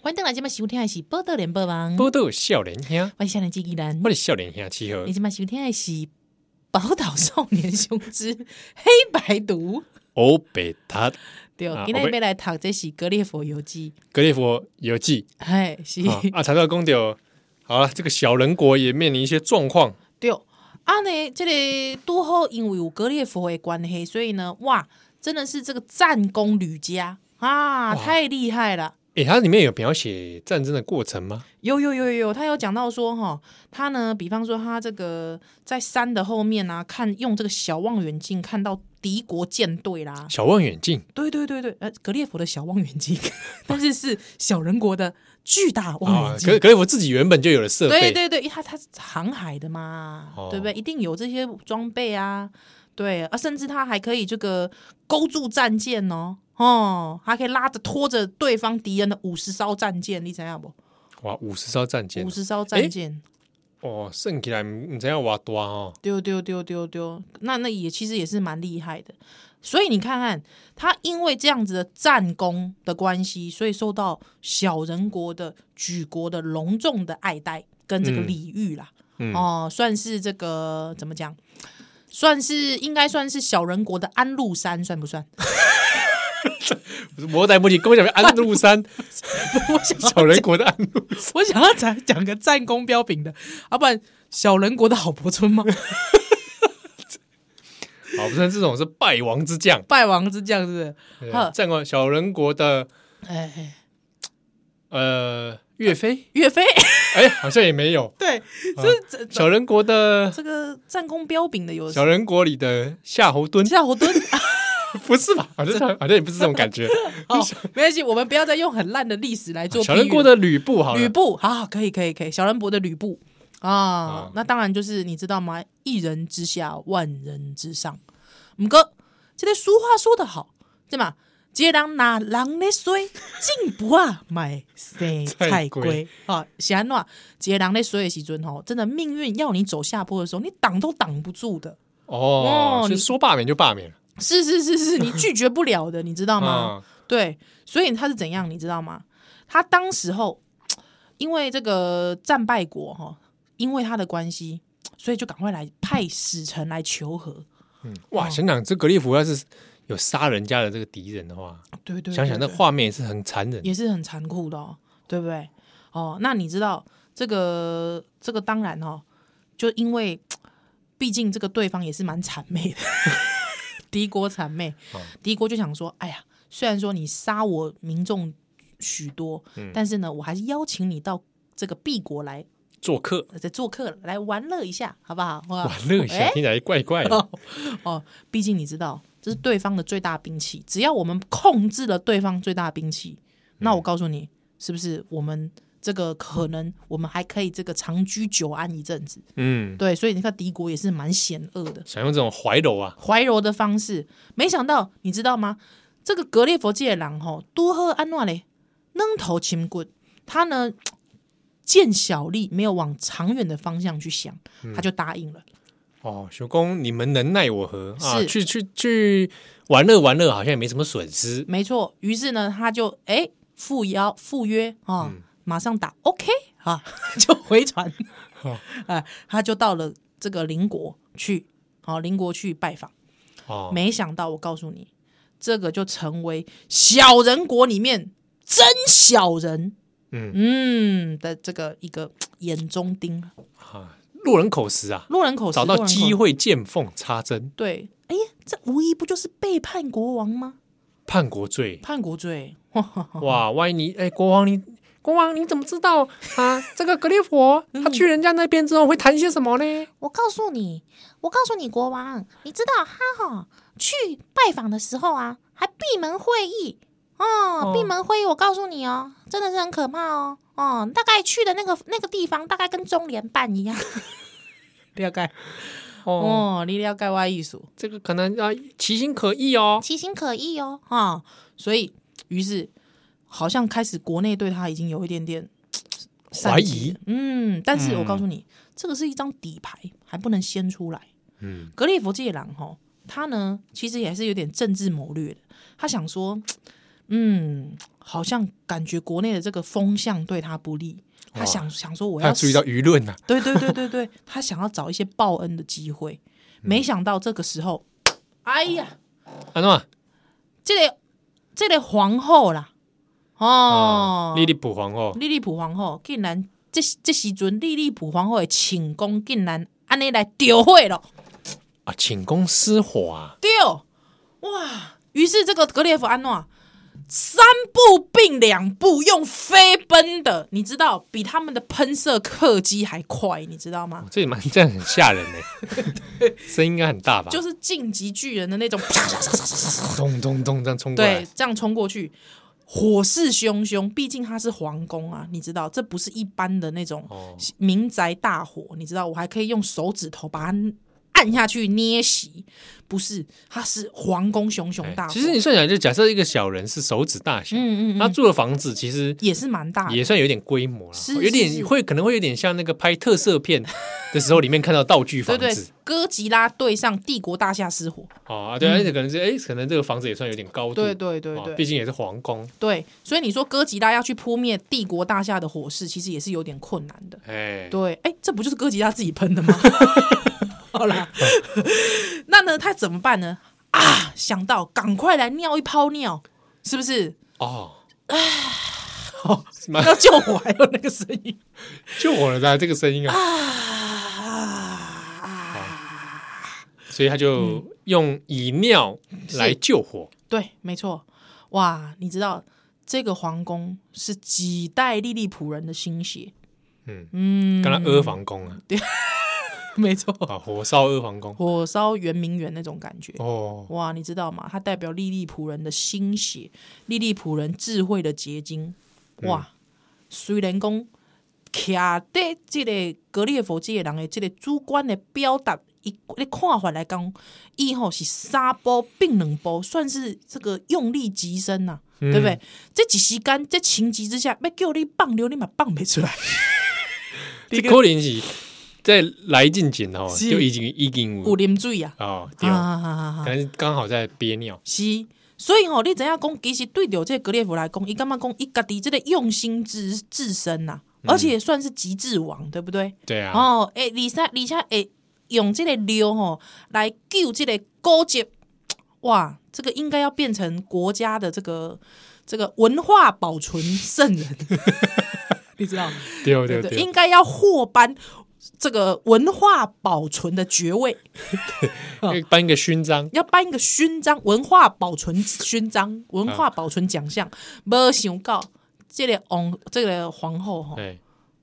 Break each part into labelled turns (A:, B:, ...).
A: 欢迎来今麦收听的是《报道联播网》，
B: 波豆笑脸兄，
A: 我是少年机器人
B: 我。的笑脸兄七号
A: 你。今麦收听的是《宝岛少年兄之黑白毒》。
B: 欧北塔
A: 对
B: 啊，
A: 今
B: 我
A: 天
B: 被
A: 要来读这是《格列佛游记》，
B: 格列佛游记
A: 哎，是
B: 啊，啊，查到公掉。好了，这个小人国也面临一些状况，
A: 对。啊呢，这个都好，因为有格列佛的关系，所以呢，哇，真的是这个战功屡佳啊，
B: 哇
A: 太厉害了。
B: 诶，它里面有描写战争的过程吗？
A: 有有有有有，他有讲到说哈，他呢，比方说他这个在山的后面啊，看用这个小望远镜看到敌国舰队啦，
B: 小望远镜
A: 对对对对，呃，格列佛的小望远镜， 但是是小人国的巨大望远镜。
B: 哦格格列佛自己原本就有了设备，
A: 对对对，因为他他是航海的嘛，
B: 哦
A: 对不对？一定有这些装备啊，对啊，甚至他还可以这个勾住战舰哦，哦，还可以拉着拖着对方敌人的五十艘战舰，你知道不？
B: 哇，五十艘战舰
A: 五，十艘
B: 诶
A: 战舰，
B: 哦，算起来唔知要挖多哦，
A: 丢丢丢丢丢，那那也其实也是蛮厉害的。所以你看看他，因为这样子的战功的关系，所以受到小人国的举国的隆重的爱戴跟这个
B: 嗯
A: 礼遇啦。
B: 嗯
A: 哦，算是这个怎么讲？算是应该算是小人国的安禄山，算不 算？
B: 我代不及，跟我讲安禄山，小人国的安禄山，
A: 我想要讲讲个战功彪炳的，要、不然小人国的郝柏村 吗？
B: 好，不是这种是败亡之将，
A: 败亡之将是不是？
B: 对
A: 呵
B: 战国小人国的
A: 哎哎，
B: 呃岳飞，
A: 岳飞
B: 哎，好像也没有
A: 对， 就是这
B: 小人国的
A: 这个战功彪炳的有
B: 小人国里的夏侯惇，
A: 夏侯惇
B: 不 是吧？好像好像也不是这种感觉，
A: 哦，没关系，我们不要再用很烂的历史来做
B: 小
A: 比喻
B: 人国的吕布好
A: 吕
B: 了，
A: 布，好好，可以可以可以，小人国的吕布啊
B: 啊，
A: 那当然就是你知道吗？一人之下，万人之上。五哥，这个俗话说得好，对嘛？这个人拿人的水，进步啊买生菜
B: 菜 龟
A: 龟啊！是安怎？这个人在水的时阵吼，真的命运要你走下坡的时候，你挡都挡不住的。
B: 哦
A: 哦，
B: 是
A: 你
B: 说罢免就罢免了，
A: 是是是是，你拒绝不了的，你知道吗？
B: 啊，
A: 对，所以他是怎样，你知道吗？他当时候因为这个战败国哈，因为他的关系，所以就赶快来派使臣来求和。
B: 嗯
A: 哦
B: 哇，想想这格列佛要是有杀人家的这个敌人的话，
A: 对对
B: 想想
A: 对
B: 那
A: 对
B: 画面也是很残忍，
A: 也是很残酷的、哦，对不对？哦，那你知道这个这个当然哦，就因为毕竟这个对方也是蛮谄媚的， 敌国谄媚
B: 哦，
A: 敌国就想说，哎呀，虽然说你杀我民众许多，
B: 嗯
A: 但是呢，我还是邀请你到这个 B 国来
B: 做客
A: 呃做客来玩乐一下，好不好？哇
B: 玩乐一下，
A: 哎
B: 听起来怪怪的。
A: 哦哦，毕竟你知道，这是对方的最大兵器。只要我们控制了对方最大兵器，那我告诉你，是不是我们这个可能我们还可以这个长居久安一阵子？
B: 嗯，
A: 对，所以你看敌国也是蛮险恶的，
B: 想用这种怀柔啊，
A: 怀柔的方式。没想到，你知道吗？这个格列佛界的狼吼，多喝安诺嘞，扔头轻棍，他呢。见小利，没有往长远的方向去想，他就答应了。
B: 哦，熊公，你们能奈我何啊？
A: 是
B: 去去去玩乐玩乐，好像也没什么损失。
A: 没错，于是呢，他就哎赴邀赴约啊、
B: 嗯
A: 马上打 OK 啊， 就回传，
B: 哦
A: 哎、他就到了这个邻国去，好、邻国去拜访。
B: 哦，
A: 没想到，我告诉你，这个就成为小人国里面真小人，
B: 嗯
A: 嗯的这个一个眼中钉了，
B: 啊，落人口实啊，
A: 落人口实，
B: 找到
A: 落人口
B: 机
A: 实，
B: 会见缝插针，
A: 对，哎呀，这无疑不就是背叛国王吗？
B: 叛国罪。
A: 叛国 罪，
B: 哇，万一你哎，国王你国王你怎么知道啊？这个格列佛
A: 嗯
B: 他去人家那边之后会谈些什么呢？
C: 我告诉你，我告诉你，国王，你知道他哈、去拜访的时候啊，还闭门会议
B: 哦
C: 哦，闭门会议，我告诉你哦，真的是很可怕哦哦，大概去的那个那个地方，大概跟中联办一样，
A: 不要盖
B: 哦，
A: 哦，你了解我艺术。
B: 这个可能啊，其心可异哦。
C: 其心可疑哦。
A: 啊，所以于是好像开始国内对他已经有一点点
B: 怀
A: 善
B: 疑
A: 解了嗯，但是我
B: 嗯
A: 告诉你，这个是一张底牌，还不能先出来。
B: 嗯，
A: 格列佛这一郎哈，他呢其实也是有点政治谋略的，他想说，嗯，好像感觉国内的这个风向对他不利，他想想说我
B: 他
A: 要
B: 注意到舆论呐、
A: 对对对对对，他想要找一些报恩的机会，
B: 嗯
A: 没想到这个时候，哎呀，
B: 啊，安诺
A: 这个这个皇后啦，哦
B: 啊，，莉莉普皇后，
A: 利利普皇后竟然这这时阵，利利普皇后的寝宫竟然安尼来丢会了，
B: 啊，寝宫失火啊，
A: 丢哇！于是这个格列佛安诺三步并两步，用飞奔的，你知道比他们的喷射客机还快，你知道吗？
B: 哦这也蛮这样很吓人呢、 声音应该很大吧？
A: 就是是晋级巨人的那种，
B: 咚咚咚这样冲过来
A: 对，，这样冲过去，火势汹汹。毕竟它是皇宫啊，你知道，这不是一般的那种
B: 哦
A: 民宅大火，你知道，我还可以用手指头把它按下去捏熄，不是，它是皇宫熊熊
B: 哎
A: 大火。
B: 其实你算起来，就假设一个小人是手指大小，
A: 嗯嗯
B: 他
A: 嗯，
B: 住的房子其实
A: 也是蛮大的，
B: 也算有点规模了
A: 是，
B: 有
A: 是
B: 点
A: 是
B: 会可能会有点像那个拍特 色片的时候里面看到道具
A: 对
B: 房
A: 对
B: 子。
A: 哥吉拉对上帝国大厦失火，
B: 哦啊，对，而且可能是哎，可能这个房子也算有点高度，
A: 嗯对对对
B: 哦
A: 对
B: 毕竟也是皇宫，
A: 对，所以你说哥吉拉要去扑灭帝国大厦的火势，其实也是有点困难的。
B: 哎，
A: 对，哎，这不就是哥吉拉自己喷的吗？好啦，那呢，他怎么办呢？啊，想到赶快来尿一泡尿，是不是？
B: 哦，
A: 啊
B: 是吗？
A: 要救我，还有那个声音
B: 救火了的这个声音啊，
A: 啊！
B: 所以他
A: 嗯
B: 就用以尿来救火，
A: 对，没错，哇，你知道这个皇宫是几代利利普人的心血，
B: 嗯，
A: 嗯，哦
B: 跟他阿房宫啊，
A: 没错，
B: 啊，火烧阿房宫，
A: 火烧圆明园那种感觉。
B: 哦，
A: 哇，你知道吗？它代表利利普人的心血，利利普人智慧的结晶。
B: 嗯
A: 哇，虽然讲徛在这个格列佛这个人的这个主观的表达，伊咧看法来讲，伊吼是三波并两波，算是这个用力极深呐、
B: 嗯
A: 对不对？这一时间，这情急之下，要叫你放流，你嘛放不出来。
B: 嗯这柯林是在来进前哦，
A: 是
B: 就已经已经
A: 有
B: 有
A: 啉水啊！
B: 哦，对，
A: 啊
B: 可能刚好在憋尿，
A: 是，所以吼、你知影讲，其实对着这个格列佛来讲，伊感觉讲伊家己这个用心至至深呐、而且也算是极致王，对不对？
B: 对嗯啊，
A: 哦，诶，而且而且诶，用这个料吼、来救这个高级，哇，这个应该要变成国家的这个这个文化保存圣 人，你知道吗？
B: 对对
A: 对，
B: 对，
A: 应该要获颁这个文化保存的爵位。
B: 可以颁一个勋章，
A: 要颁一个勋章，文化保存勋章，文化保存奖项。没想到这个王，这个皇后吼，
B: 对，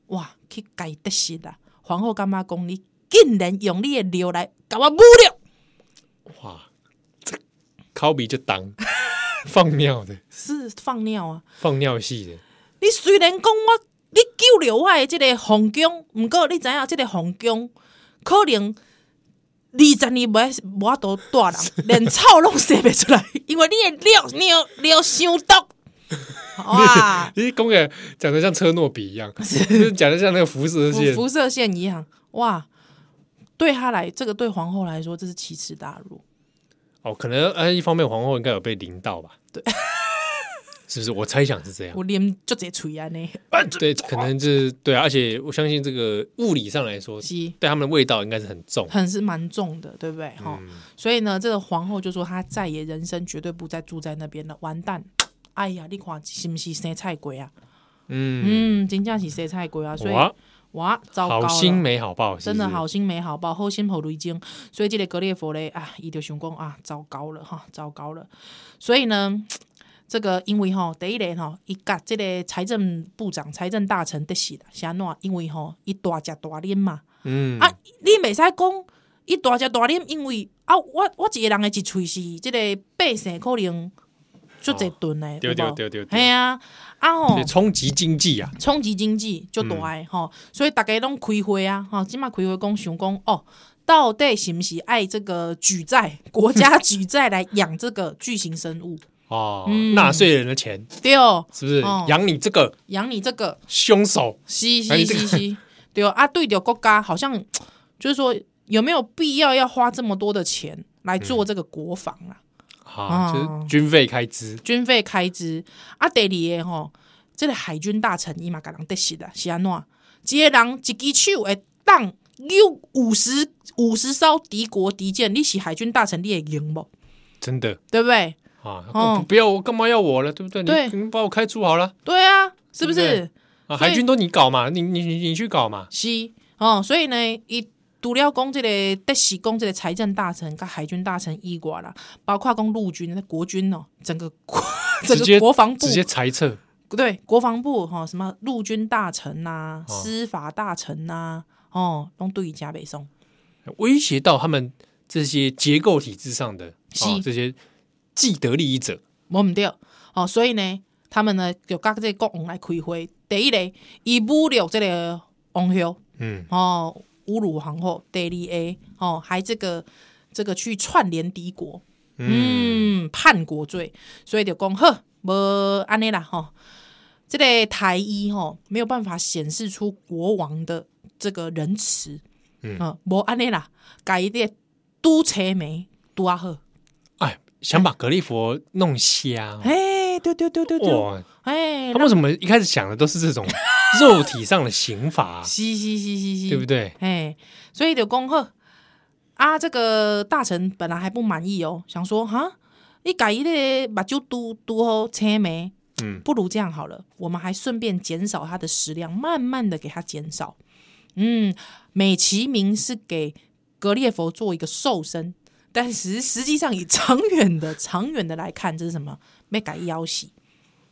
A: 哇，去改得失啦！皇后干妈讲你竟然用你的流来搞我侮辱，
B: 哇，这考比就当 放尿的，
A: 是放尿啊！
B: 放尿系的，
A: 你虽然讲我你救了我的这个皇宫，毋过你知影这个皇宫可能。二十年无无法度大人，连草拢生袂出来，因为你的尿尿尿伤毒，哇！
B: 其实公给讲的像车诺比一 样，就是讲的像那个辐射线
A: 辐，辐射线一样，哇！对他来，这个对皇后来说，这是奇耻大辱。
B: 哦，可能呃，一方面皇后应该有被淋 到吧，对，是不是？我猜想是这样。
A: 我连就直接啊捶安呢，
B: 对，可能就是对啊，而且我相信这个物理上来说，
A: 是
B: 对他们的味道应该是很重。
A: 很是蛮重的，对不对？哈、
B: 嗯
A: 所以呢，这个皇后就说，她再也人生绝对不再住在那边了，完蛋！哎呀，你看是不是生菜鬼啊？
B: 嗯，
A: 嗯，真正是生菜鬼啊！所以
B: 哇，
A: 哇，糟糕
B: 好
A: 了，
B: 心没好报，是不
A: 真
B: 是
A: 的好心没好报，后心好雷精。所以这个格列佛嘞啊，伊就想讲啊，糟糕了哈，糟糕了。所以呢，这个因为吼，第一个吼，伊甲这个财政部长、财政大臣得死啦，是安怎样？因为吼，伊大食大啉嘛，
B: 嗯
A: 啊，你袂使讲伊大食大啉，因为啊，我我一个人的一喙是这个百姓可能足一顿诶，
B: 哦对
A: 有无
B: 对对对对
A: 嘿啊，啊吼
B: 对，。冲击经济啊，
A: 冲击经济就大诶吼、所以大家拢开会啊，吼，即马开会讲想讲哦，到底是毋是爱这个举债，国家举债来养这个巨型生 物？
B: 哦
A: 嗯，
B: 纳税人的钱
A: 对哦，
B: 是不是
A: 哦
B: 养你这个
A: 养你这个，
B: 凶手？
A: 是
B: 哎
A: 是
B: 你这
A: 是
B: 个
A: 是，对哦啊，对着国家好像
B: 嗯
A: 就是说有没有必要要花这么多的钱来做这个国防啊？
B: 啊，就
A: 哦
B: 是军费开支。
A: 军费开支啊，第二个吼，这个海军大臣伊嘛甲人得失啦，是安怎？一个人一只手会当有五十五十艘敌国敌舰，你是海军大臣，你会赢无？
B: 真的
A: 对不对？
B: 啊，
A: 哦
B: 哦、不要我干嘛要我了，对不对？
A: 对
B: 你你把我开除好了
A: 对啊，是不
B: 对
A: 是？
B: 啊，
A: 所以
B: 海军都你搞嘛，你你你你去搞嘛，
A: 是哦，所以呢，伊除了讲这个德是讲这个财政大臣、跟海军大臣以外啦，包括讲陆军、国军哦，整个国整
B: 直接
A: 个国防部哦
B: 直接裁撤，
A: 对，国防部哈、什么陆军大臣呐、
B: 哦
A: 司法大臣呐、哦，拢对伊加北送。
B: 威胁到他们这些结构体制上的啊
A: 是
B: 这些既得利益者。
A: 无毋对哦，所以呢，他们呢就甲这个国王来开会。第一个，伊侮辱这个王后
B: 嗯，
A: 哦，侮辱皇后。第二 A 哦，还这个这个去串联敌国，嗯，叛国罪，所以就讲呵，无安尼啦吼。这个台一吼没有办法显示出国王的这个仁慈，
B: 嗯
A: 啊，无安尼啦，改一点都车眉拄啊好，
B: 哎，想把格利佛弄瞎哦，
A: 哎，对对对对对，
B: 哇，
A: 哎
B: 他，们为什么一开始想的都是这种肉体上的刑罚啊、
A: 是是是是是，
B: 对不对？
A: 哎，所以就讲呵，啊，这个大臣本来还不满意哦，想说哈，你改一个目睭嘟嘟好车眉，
B: 嗯，
A: 不如这样好了，我们还顺便减少它的食量，慢慢的给它减少。嗯，美其名是给格列佛做一个瘦身，但实实际上以长远的、长远的来看，这是什么？没改腰细。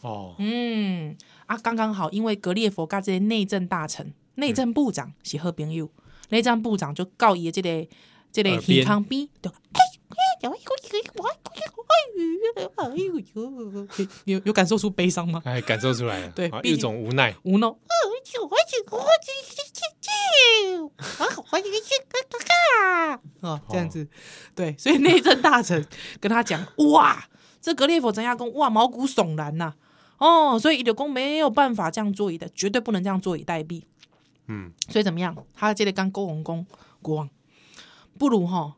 B: 哦，
A: 嗯，啊，刚刚好，因为格列佛跟这些内政大
B: 嗯
A: 臣、内政部长是好朋友，内政部长就告伊这个这个
B: 耳边
A: 健康兵，对，
C: 哎呦哎呦哎呦哎呦哎呦！
A: 有有感受出悲伤吗？
B: 哎，感受出来了，
A: 对
B: 啊
A: 毕
B: 一
A: 竟
B: 种无奈。
A: 无奈，哦，这样子，对，所以内政大臣跟他讲，哇，这格列佛真亚公哇毛骨悚然呐、哦，所以伊德公没有办法这样坐以待，绝对不能这样坐以待毙。
B: 嗯，
A: 所以怎么样？他接着跟国王公国王，不如吼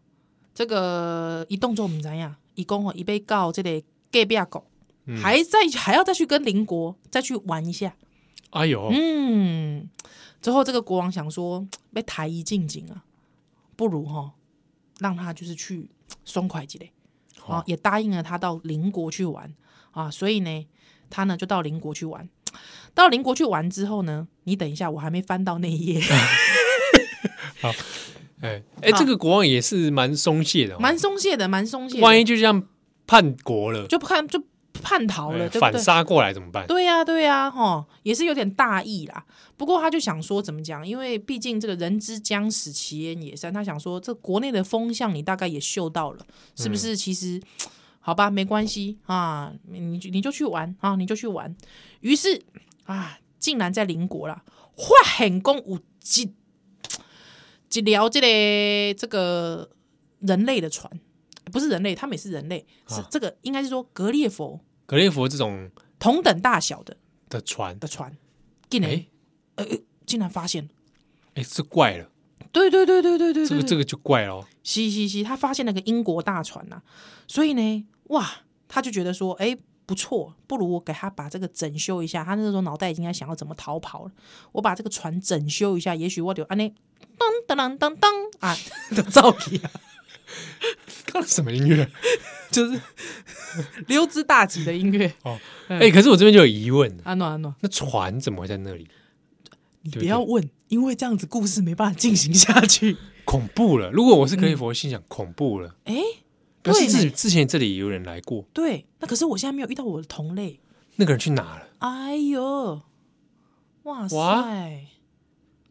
A: 这个一动作我们怎样？一共吼一被告这个隔壁狗，
B: 嗯
A: 还在还要再去跟邻国再去玩一下。
B: 哎呦，
A: 嗯，之后这个国王想说被抬一进京啊，不如哈让他就是去松快几嘞，
B: 好
A: 啊，也答应了他到邻国去玩啊，所以呢，他呢就到邻国去玩。到邻国去玩之后呢，你等一下，我还没翻到那一 页，
B: 哎哎，这个国王也是蛮松懈的哦，
A: 啊蛮松懈的，蛮松懈的。
B: 万一就这样叛国了，
A: 就看就叛逃了，
B: 哎
A: 对不
B: 反
A: 对？
B: 杀过来怎么办？
A: 对呀、对呀、吼，也是有点大意啦。不过他就想说，怎么讲？因为毕竟这个人之将死，其言也善。他想说，这国内的风向你大概也嗅到了，是不是？其实，好吧，没关系啊，你就你就去玩啊，你就去玩。于是啊，竟然在邻国啦，化很功有一一聊这个这个人类的船，不是人类，他们也是人类，是
B: 啊
A: 这个应该是说格列佛
B: 格列佛这种
A: 同等大小的。
B: 的船，
A: 的船，竟然、
B: 哎
A: 竟然发现，
B: 哎，这怪了，
A: 对对对对对对
B: 这个这
A: 个，
B: 个就怪 了哦，
A: 是是是，他发现了个英国大船呐、啊所以呢，哇，他就觉得说，哎，不错，不如我给他把这个整修一下。他那时候脑袋已经在想要怎么逃跑了，我把这个船整修一下，也许我就安内当当当当啊，就造起啊，
B: 刚刚什么音乐？
A: 就是 溜之大吉的音乐。
B: 哦，哎，可是我这边就有疑问，
A: 安暖安暖，
B: 那船怎么会在那里？
A: 你
B: 对
A: 不要问，因为这样子故事没办法进行下 去。
B: 恐怖了！如果我是格列佛，心想恐怖了。
A: 哎，
B: 可是
A: 对
B: 之之前这里有人来过，
A: 对，那可是我现在没有遇到我的同类。
B: 那个人去哪了？
A: 哎呦，哇塞，
B: 哇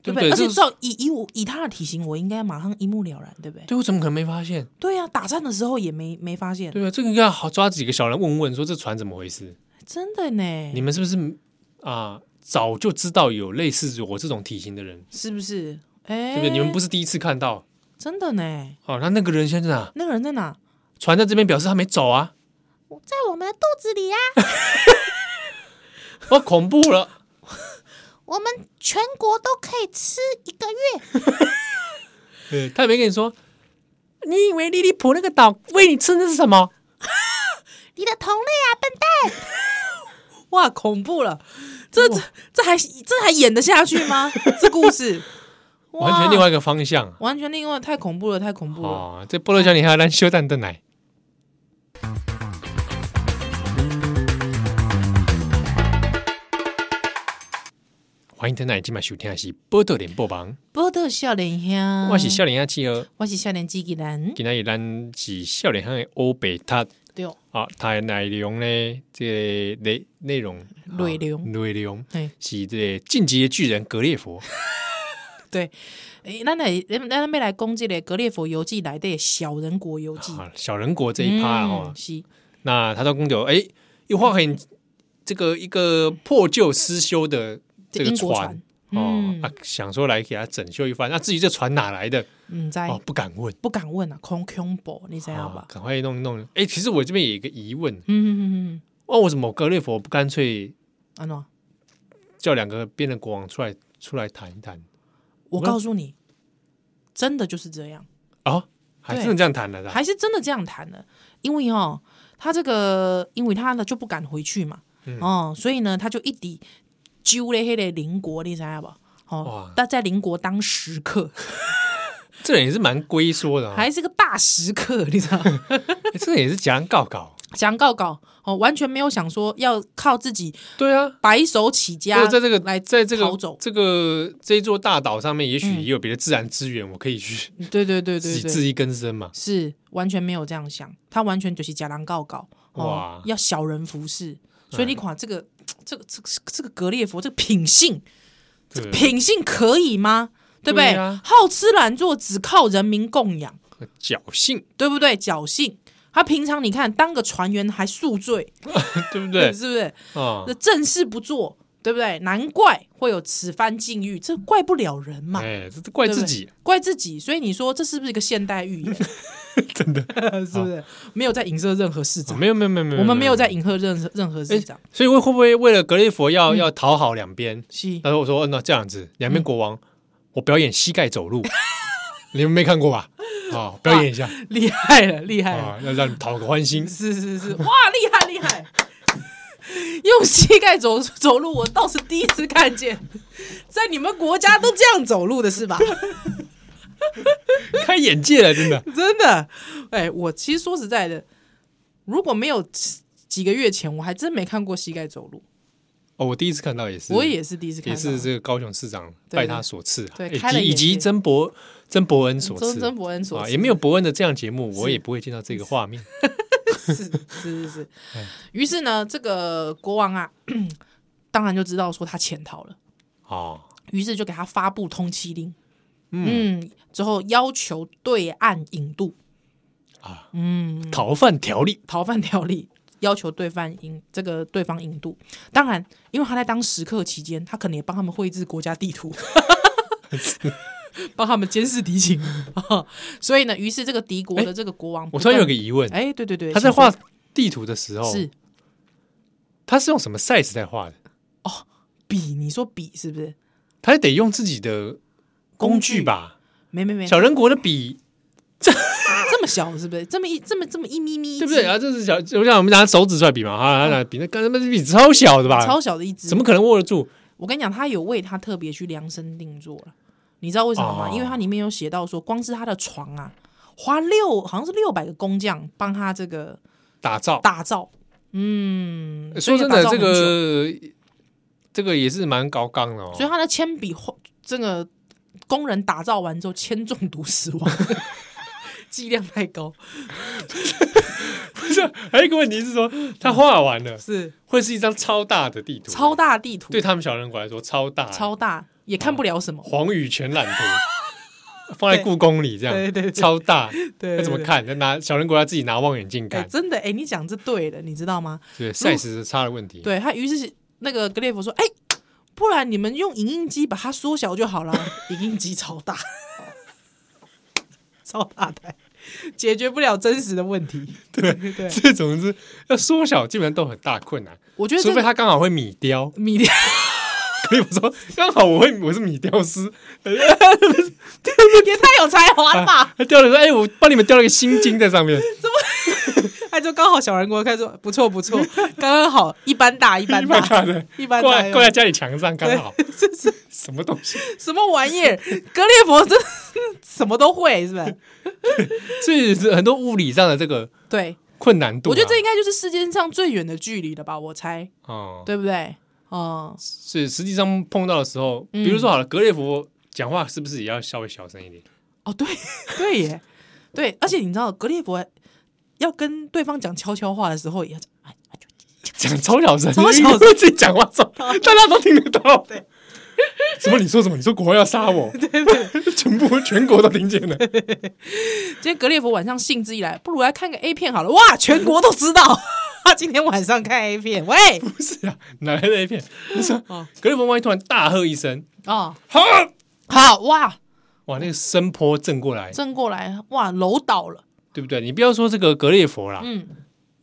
A: 对不
B: 对不
A: 对？
B: 对？
A: 而且
B: 这
A: 至少以以我以他的体型，我应该马上一目了然，对不对？
B: 对我怎么可能没发现？
A: 对呀、啊，打战的时候也没没发现，
B: 对啊，这个应该好抓几个小人问问，说这船怎么回事？
A: 真的呢，
B: 你们是不是啊、早就知道有类似我这种体型的人，
A: 是不是？哎、
B: 对不对？你们不是第一次看到。
A: 真的呢？
B: 哦，那那个人现在在哪？
A: 那个人在哪？
B: 船在这边，表示他没走啊！
C: 在我们的肚子里啊，
B: 哦，恐怖了！
C: 我们全国都可以吃一个月。
B: 对，他也没跟你说，你以为莉莉普那个岛喂你吃的是什么？
C: 你的同类啊，笨蛋！
A: 哇，恐怖了！这这这还这还演得下去吗？这故 事
B: 完全另外一个方向啊！
A: 完全另外，太恐怖了，太恐怖了！
B: 哦，这菠萝小女孩咱修蛋蛋奶，欢迎蛋奶今晚收听的是波特联播榜，
A: 波特笑脸香，
B: 我是笑脸阿企鹅，
A: 我是笑脸机器人，
B: 今天咱是笑脸香的欧北塔
A: 对哦，
B: 啊，它的内容呢，这个内内容
A: 内容
B: 啊内容
A: 嘿
B: 是这个进击的巨人格列佛，
A: 对，诶，咱来咱咱要来攻击嘞《格列佛游记》来的小人国游记
B: 啊，小人国这一趴
A: 嗯
B: 哦，
A: 是
B: 那他到公牛，哎，一画很这个一个破旧失修的这个
A: 英国
B: 船
A: 船，
B: 哦
A: 嗯
B: 啊，想说来给他整修一番。啊那至于这船哪来的，
A: 嗯，在
B: 哦，不敢问，
A: 不敢问啊，空空博，你知道
B: 啊
A: 吧？
B: 赶快弄一弄。哎，其实我这边有一个疑问，
A: 嗯嗯嗯嗯，嗯
B: 哦，为什么格列佛不干脆
A: 安诺，
B: 叫两个变的国王出来出来谈一谈
A: 我告诉你，真的就是这样，
B: 啊？还
A: 对
B: 真的这样谈了的，啊
A: 还是真的这样谈的，因为哦，他这个，因为他呢就不敢回去嘛，
B: 嗯
A: 哦，所以呢，他就一直揪嘞黑嘞邻国，你知道吧？哦
B: 哇，
A: 但在邻国当食客，
B: 这人也是蛮龟缩的啊，
A: 还是个大食 客，你知道吗？
B: 哎这人也是讲告告。
A: 想告告哦，完全没有想说要靠自己
B: 对啊，
A: 白手起家，
B: 我在这个
A: 来
B: 在这
A: 逃
B: 个
A: 走
B: 这个这一座大岛上面，也许也有别的自然资源，我可以去
A: 对对对
B: 自
A: 对
B: 己
A: 对，
B: 自力更生嘛。
A: 是完全没有这样想，他完全就是假狼告告哦
B: 哇，哎
A: 要小人服侍。所以你看这个、这个这个这个格列佛这个品性，
B: 这个
A: 品性可以吗？对不对？
B: 嗯对啊
A: 好吃懒做，只靠人民供养，
B: 侥幸，
A: 对不对？侥幸。他平常你看当个船员还宿醉，
B: 对不 对？
A: 是不是？
B: 啊
A: 那，正事不做，对不对？难怪会有此番境遇，这怪不了人嘛，
B: 哎，这怪自己，
A: 怪自己。所以你说这是不是一个现代寓言？
B: 真的
A: 是不是？没有在影射任何市
B: 啊
A: 长，
B: 没有没有没有没有，
A: 我们没有在。迎合任何任何市长，
B: 所以会会不会为了格列佛
A: 嗯
B: 要要讨好两边？
A: 是
B: 他说：“我说，嗯，那这样子，两边国
A: 嗯
B: 王，我表演膝盖走路， 你们没看过吧？啊，表演一下
A: 厉害了，厉害了，
B: 啊，要让你讨个欢心。
A: 是是是，哇，厉害厉害， 用膝盖走走路，我倒是第一次看见， 在你们国家都这样走路的是吧？
B: 开眼界了，真的。
A: 真的，哎，我其实说实在的，如果没有几个月前，我还真没看过膝盖走路，
B: 哦，我第一次看到也是，
A: 我也是第一次看
B: 也
A: 到，
B: 是这个高雄市长
A: 对
B: 拜他所赐啊，
A: 对
B: 以
A: 开了
B: 及以
A: 眼
B: 及
A: 界
B: 曾伯曾伯恩所
A: 曾
B: 赐，
A: 曾伯恩所
B: 啊，
A: 赐
B: 也没有伯恩的这样节目，我也不会见到这个画面。
A: 是是是 是。
B: 哎
A: 于是呢，这个国王啊， 当然就知道说他潜逃了。
B: 哦，
A: 于是就给他发布通缉令，嗯，之后要求对岸引渡
B: 啊，嗯，逃犯条例
A: 逃犯条例，要求对方引这个对方引渡。当然，因为他在当食客期间，他可能也帮他们绘制国家地 图，帮他们监视敌情， 所以呢，于是这个敌国的这个国王，
B: 我突然有个疑问，
A: 哎，对对对，
B: 他在画哦地图的时候，
A: 是
B: 他是用什么 size 在画的？
A: 笔，你说笔是不是？
B: 他得用自己的工具吧？
A: 没没没，
B: 小人国的笔
A: 这么小是不是？这么一这么这么一咪咪一只，嗯
B: 对不对？啊，这是小，就像我们拿手指出来比嘛，啊，拿笔那干什么笔超小的吧？
A: 超小的一只，
B: 怎么可能握得住？
A: 我跟你讲，他有为他特别去量身定做了，你知道为什么吗？
B: 哦
A: 因为它里面有写到说，光是他的床啊，花六好像是六百个工匠帮他这个
B: 打造，呃
A: 打造。
B: 哦
A: 嗯，所
B: 说
A: 以
B: 真
A: 打
B: 的，
A: 造
B: 这
A: 很久，
B: 个这个也是蛮高纲的哦。
A: 所以他的铅笔画这个工人打造完之后，铅中毒死亡， 剂量太高，
B: 还有一个问题是说，他画完了
A: 是
B: 会是一张超大的地图，
A: 嗯超大地图，
B: 对他们小人国来说超大，
A: 超大也看不了什么。
B: 黄宇全览 图放在故宫里这样，对对超大，
A: 对
B: 要怎么？看？要拿小人国要自己拿望远镜
A: 对对哎、
B: 看，
A: 真的哎、你讲这对了，你知道吗？
B: 对 size 的差的问题，
A: 对他，于是那个格列佛说：“哎、不然你们用影印机把它缩小就好了。 影印机超大， 超大台，解决不了真实的问题。对对，
B: 这种是要缩小，基本上都很大困难，
A: 我觉得
B: 除
A: 这
B: 非
A: 个
B: 他刚好会米雕。
A: 米 粒
B: 可以我说刚好我会我是米雕师，
A: 也太有才华了吧？
B: 还雕了说，哎，我帮你们雕了个心经在上面，
A: 他就刚好小人国开始说不错不错，刚刚好一般 大一般
B: 一般
A: 大
B: 大的
A: 一般
B: 挂
A: 大
B: 在挂在家里墙上刚 好，
A: 这是
B: 什么东西？
A: 什么玩意儿？格列佛真的是什么都会是吧？
B: 所以是很多物理上的这个
A: 对，
B: 困难度啊，
A: 我觉得这应该就是世界上最远的距离了吧？我猜，
B: 哦，
A: 对不对？哦、
B: 所以实际上碰到的时候，
A: 嗯
B: 比如说好了，格列佛讲话是不是也要稍微小声一点？
A: 哦，对 对耶，对，而且你知道格列佛要跟对方讲悄悄话的时候，也要讲哎哎
B: 讲超小声，
A: 超小声，
B: 自己讲话超，大家都听得到。 对，什么？你说什么？你说国王要杀我？ 对对，全部全国都听见了。
A: 今天格列佛晚上兴致一来，不如来看个 A 片好了。哇，全国都知道 他今天晚上看 A 片。喂，
B: 不 是啊，哪来的 A 片？你说
A: 哦
B: 格列佛万一突然大喝一声，
A: 哦，
B: 好，
A: 好哇，
B: 哇，那个声波震过来，
A: 正过来哇，楼倒了。
B: 对不对？你不要说这个格列佛啦，
A: 嗯，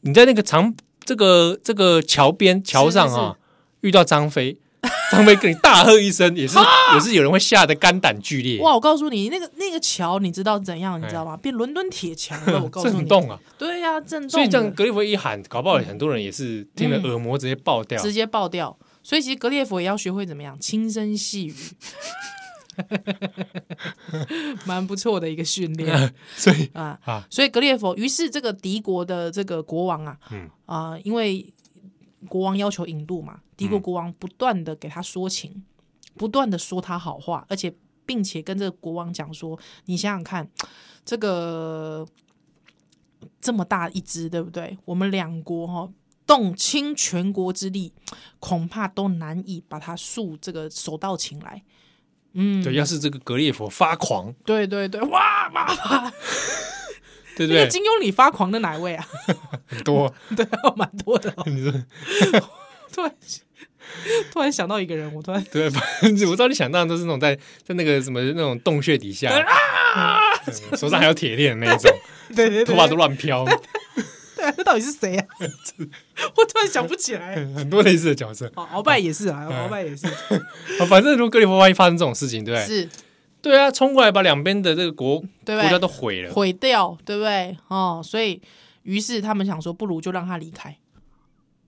B: 你在那个长这个这个桥边桥上啊，遇到张飞， 张飞跟你大喝一声，也是也是有人会吓得肝胆俱裂。
A: 啊哇，我告诉你，那个那个桥，你知道怎样？你知道吗？变伦敦铁桥了。我告诉
B: 哎震
A: 你，
B: 动啊！
A: 对呀、震动的，
B: 所以这样格列佛一喊，搞不好很多人也是听
A: 嗯
B: 了耳膜直接爆掉。啊
A: 直接爆掉。所以其实格列佛也要学会怎么样轻声细语， 蛮不错的一个训练
B: 所以
A: 啊。
B: 啊，
A: 所以格列佛，于是这个敌国的这个国王啊，
B: 嗯
A: 啊、因为国王要求引渡嘛，敌国国王不断的给他说情，不断的说他好话，而且并且跟这个国王讲说，你想想看，这个这么大一只，对不对？我们两国哈、哦。动倾全国之力，恐怕都难以把它束这个手到擒来。 嗯，
B: 对，要是这个格列佛发狂，
A: 对对对，哇哇哇！
B: 对不
A: 那个
B: 对？
A: 金庸里发狂的哪一位啊？
B: 很多，
A: 对，蛮多的哦、
B: 你说
A: 突然突然想到一个人，我突然
B: 对，反正我知道你想到的都是那种在在那个什么那种洞穴底下，嗯手上还有铁链的那一种，
A: 啊对 对
B: 头发都乱飘，
A: 对啊， 那到底是谁啊？我突然想不起来。
B: 很多类似的角色。
A: 哦，鳌拜也是 啊，鳌拜也是，
B: 啊反正如果格列佛万一发生这种事情，对不对？
A: 是
B: 对啊，冲过来把两边的这个国
A: 对
B: 国
A: 不对
B: 家都毁了，
A: 毁掉，对不对？哦，所以于是他们想说，不如就让他离开。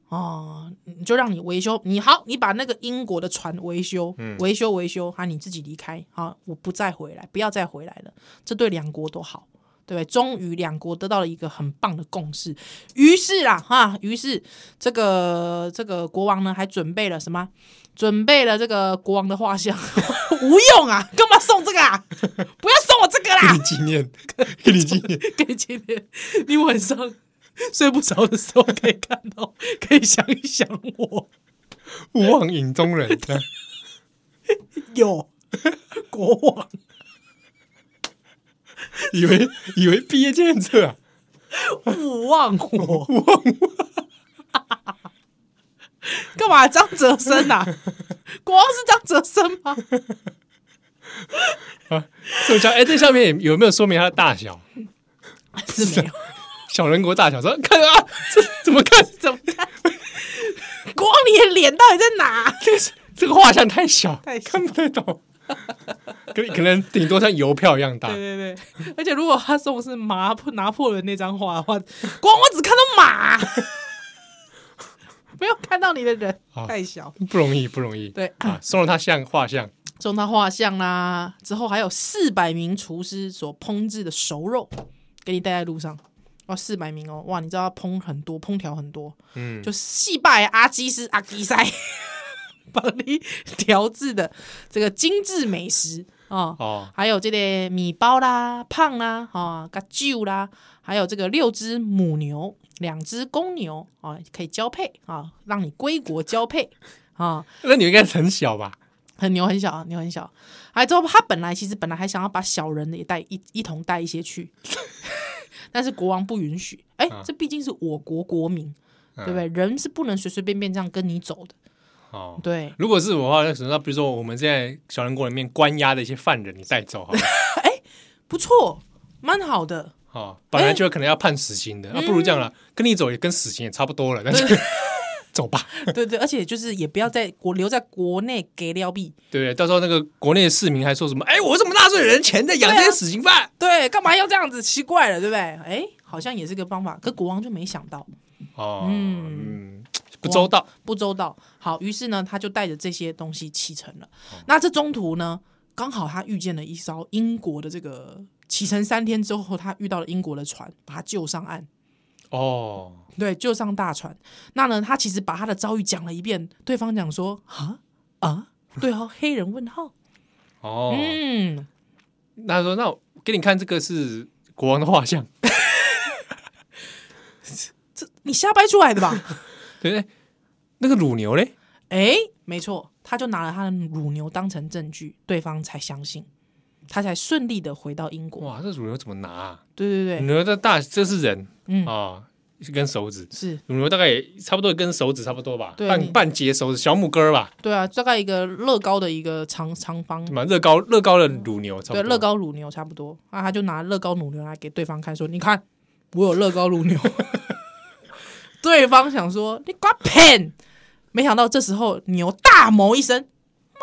A: 哦，你就让你维修，你好，你把那个英国的船维修，维修维修，啊，你自己离开，啊，我不再回来，不要再回来了，这对两国都好，对不对？终于两国得到了一个很棒的共识，于是啦，哈，于是这个这个国王呢，还准备了什么？准备了这个国王的画像， 无用啊，干嘛送这个啊？ 不要送我这个啦
B: 给！你纪念，给你纪念。
A: 给今天你晚上睡不着的时候可以看到，可以想一想我
B: 勿忘影中人，这样
A: 有国王，
B: 以为以为毕业纪念册啊，
A: 勿忘我， 干嘛？张哲生 啊？国王是张哲生吗？
B: 所以像哎，这上面有有没有说明它的大小？
A: 是啊没有，
B: 小人国大小，说看啊，这怎么看？
A: 怎么看？国王，你的脸到底在哪？
B: 这个画像太小，
A: 太小
B: 看不太懂。可可能顶多像邮票一样大
A: 对，对对，而且如果他送的是拿破拿破仑那张画的话，国王我只看到 马，没有看到你的人
B: 好，
A: 太小。
B: 不容易，不容易。
A: 对
B: 啊，送了他像画像，
A: 送他画像啦，之后还有四百名厨师所烹制的熟肉，给你带在路上。哇，四百名哦，哇，你知道他烹很多，烹调很多，
B: 嗯，
A: 就细啊拜阿基斯阿基塞帮你调制的这个精致美食啊、哦
B: 哦，
A: 还有这个米包啦、胖啦、啊、嘎酒啦，还有这个六只母牛、两只公牛啊、哦可以交配啊、让你归国交配啊。
B: 那你应该很小吧？
A: 很牛很小啊，牛很小。还之后他本来其实本来还想要把小人的也带一一同带一些去， 但是国王不允许。哎、这毕竟是我国国民，对
B: 嗯
A: 不对？人是不能随随便便这样跟你走的。
B: 哦，
A: 对，
B: 如果是我的话，那可能那比如说我们现在小人国里面关押的一些犯人，你带走 好了。
A: 不错，蛮好的。
B: 哦，本来就可能要判死刑
A: 嗯
B: 的，啊，不如这样了，跟你走也跟死刑也差不多了，但是 走吧，
A: 对对，而且就是也不要在国留在国内给撩币。
B: 对不对？到时候那个国内的市民还
A: 啊
B: 说什么？哎，我这么纳税人的钱在养这些死刑犯，
A: 对，干嘛要这样子？奇怪了，对不对？哎，好像也是个方法。可国王就没想到，
B: 哦，
A: 嗯
B: 嗯，不周到，
A: 不周到。好，于是呢，他就带着这些东西启程了。那这中途呢，刚好他遇见了一艘英国的这个启程三天之后，他遇到了英国的船，把他救上岸。
B: 哦，
A: 对，救上大船。那呢，他其实把他的遭遇讲了一遍，对方讲说啊啊，对哦，黑人问号，
B: 哦，
A: 嗯，
B: 那他说那我给你看这个是国王的画像，
A: 你瞎掰出来的吧？
B: 对不对？那个乳牛嘞，
A: 哎，没错，他就拿了他的乳牛当成证据，对方才相信，他才顺利的回到英国。
B: 哇，这乳牛怎么拿啊？
A: 对对
B: 乳
A: 对，
B: 牛的大，这是人
A: 嗯，
B: 啊，一根手指，
A: 是
B: 乳牛大概也差不多一根手指差不多吧，
A: 对你
B: 半半截手指，小拇哥儿吧，
A: 对啊，大概一个乐高的一个长长方
B: 对，吧？乐高乐高的乳牛，差不
A: 对，
B: 多
A: 乐高乳牛差不多。啊，他就拿乐高乳牛来给对方看，说：“你看，我有乐高乳牛。” 对方想说：“你瓜骗！”没想到这时候牛大哞一声，
B: 哦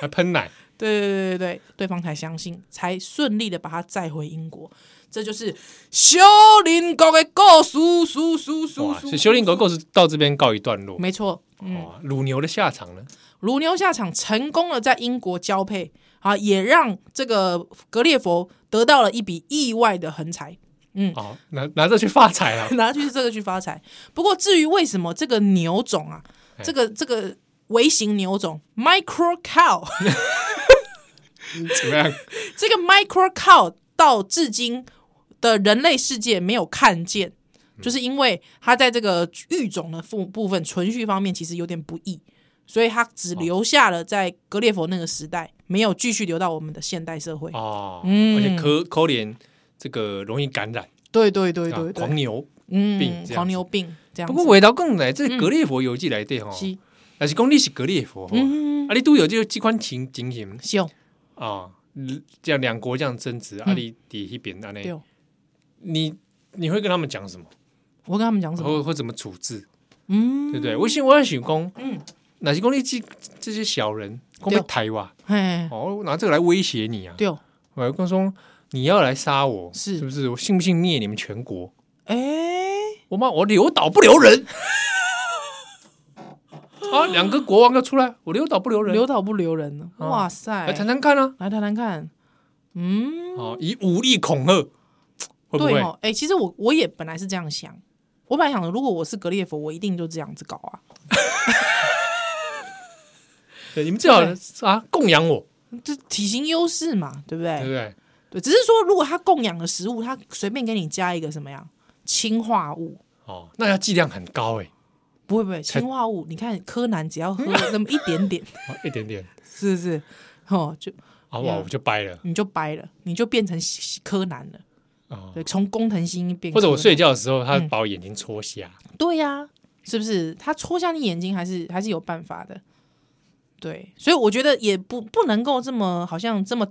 B: 还喷奶，
A: 对对对对对，对方才相信，才顺利的把他载回英国。这就是小林国的故事，叔叔叔
B: 哇！
A: 叔，
B: 所以修炼狗狗是到这边告一段落。
A: 没错，
B: 哇，乳牛的下场呢？
A: 乳牛下场成功了在英国交配啊，也让这个格列佛得到了一笔意外的横财。！
B: 哦，拿拿着去发财啊
A: 拿去这个去发财。不过至于为什么这个牛种啊，
B: 哎
A: 这个这个微型牛种 micro cow，
B: 怎么样？
A: 这个 micro cow 到至今的人类世界没有看见，就是因为它在这个育种的部部分存续方面其实有点不易，所以它只留下了在格列佛那个时代，没有继续留到我们的现代社会。
B: 哦，
A: 嗯
B: 而且科科联这个容易感染，
A: 对对对
B: 啊
A: 对
B: 狂
A: 对，
B: 牛。病
A: 嗯
B: 这样，子
A: 狂牛病这样子。
B: 不过回到更来，这格列佛游记来对吼，
A: 嗯是
B: 但是讲你是格列佛吼，
A: 嗯
B: 啊，你都有这这款情情形
A: 是哦，
B: 啊，嗯这样两国这样争执，啊，你底一边啊
A: 嗯对
B: 那，
A: 哦，
B: 你你会跟他们讲什么，
A: 我跟他们讲什么？
B: 或或怎么处置，
A: 嗯
B: 对，不对？我想我要想讲，
A: 嗯
B: 嗯，哪些讲你这这些小人，讲
A: 对
B: 被
A: 哦
B: 台哇，
A: 嘿，
B: 哦，拿这个来威胁你啊，
A: 对哦，
B: 我跟说你要来杀我，
A: 是
B: 是不是？我信不信灭你们全国？
A: 哎、
B: 我妈，我留岛不留人。啊，两个国王要出来，我留岛不留人，
A: 留岛不留人呢、
B: 啊
A: 哇塞，
B: 来谈谈看啊！
A: 来谈谈看，哎嗯，
B: 啊，以武力恐吓，会不
A: 对
B: 会？
A: 哦，哎、其实我我也本来是这样想，我本来想，如果我是格列佛，我一定就这样子搞啊，
B: 对你们最好啊，供养我，
A: 这体型优势嘛，对不对？
B: 对不对？
A: 对，只是说如果他供养的食物，他随便给你加一个什么呀，氰化物。
B: 哦，那要剂量很高哎，
A: 不会不会，氰化物，你看柯南只要 喝了那么一点点，
B: 啊一 点点，
A: 是不是？哦，就
B: 好不
A: 对啊
B: 好？我就掰了
A: 你就掰了，你就变成柯南了。
B: 啊。
A: 对，从工藤新一变柯南，
B: 或者我睡觉的时候，他
A: 嗯
B: 把我眼睛戳瞎，
A: 对呀、是不是？他戳瞎你眼睛还是还是有办法的。对，所以我觉得也不不能够这么好像这么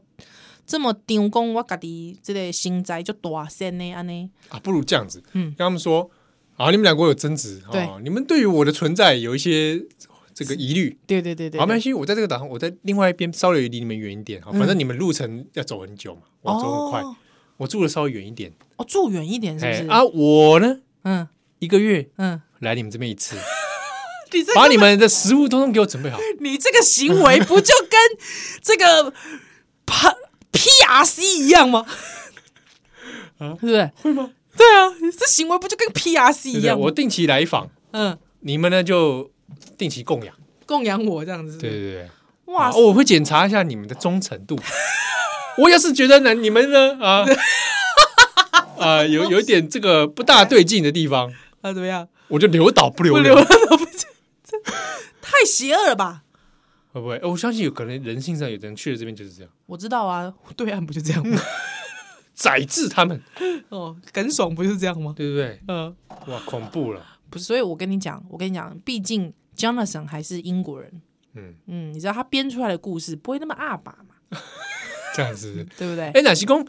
A: 这么丢工我家己这类心宅就大声呢安呢。
B: 啊，不如这样子，
A: 嗯
B: 跟他们说，啊，你们两国有争执，
A: 对
B: 哦，你们对于我的存在有一些这个疑虑，
A: 对对对对
B: 好，没
A: 对
B: 关系，我在这个岛上，我在另外一边稍微离你们远一点哈，
A: 嗯
B: 反正你们路程要走很久嘛，我走很快，
A: 哦，
B: 我住的稍微远一点，
A: 哦住远一点是不
B: 哎
A: 是？
B: 啊，我呢
A: 嗯
B: 一个月
A: 嗯，
B: 来你们这边一次，
A: 你这
B: 把
A: 个
B: 你们的食物通通给我准 备好，
A: 你这个行为不就跟这个 P P R C 一样吗？
B: 啊
A: 对不对？
B: 会吗？
A: 对啊，这行为不就跟 P R C
B: 对不
A: 一
B: 对？
A: 样吗？
B: 我定期来访，
A: 嗯，
B: 你们呢就定期供养，
A: 供养我这样子是不
B: 对
A: 是，
B: 对对，
A: 嗯哇
B: 啊我会检查一下你们的忠诚度， 我要是觉得呢你们呢啊 啊有有一点这个不大对劲的地方，
A: 啊怎么样？
B: 我就留岛不留
A: 不
B: 人
A: 流。浪不是，太邪恶了吧？
B: 会不会？呃我相信有可能人性上有的人去了这边就是这样，
A: 我知道啊，对岸不就这样 吗？
B: 宰制他们，
A: 哦，耿爽不就是这样吗？
B: 对不对？
A: 嗯、
B: 哇，恐怖了，
A: 不是，所以我跟你讲，我跟你讲，毕竟 Jonathan 还是英国人，
B: 嗯，
A: 嗯，你知道他编出来的故事不会那么阿爸嘛，
B: 这样子。
A: 对不对？
B: 哎，哪西公，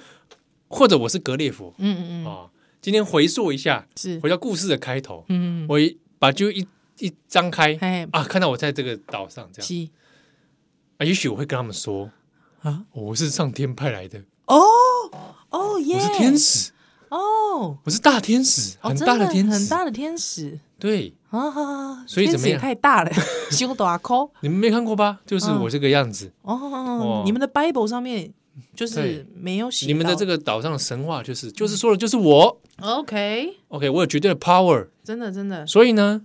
B: 或者我是格列佛
A: 嗯嗯嗯，
B: 啊，今天回溯一下，
A: 是，
B: 回到故事的开头，
A: 嗯嗯
B: 我一把就一一张开
A: 嗯，哎，
B: 啊，看到我在这个岛上这样，
A: 西
B: 啊，也许我会跟他们说哦
A: 啊
B: 啊，我是上天派来的，
A: 哦哦耶，
B: 我是天使
A: 哦，
B: 我是大天使，
A: 哦
B: 很大
A: 真的
B: 天使，
A: 很大的天使
B: 对，
A: 啊，
B: 所以
A: 天
B: 怎么
A: 使也
B: 样
A: 太大了，胸大口
B: 你们没看过吧？就是
A: 嗯
B: 我这个样子。
A: 哦
B: 哇。
A: 你们的 Bible 上面就是
B: 对
A: 没有写到，
B: 你们的这
A: 个
B: 个岛上的神话就是，就是说的就是我。
A: OK，
B: OK，我有绝对的 power，
A: 真的真的
B: 所以呢，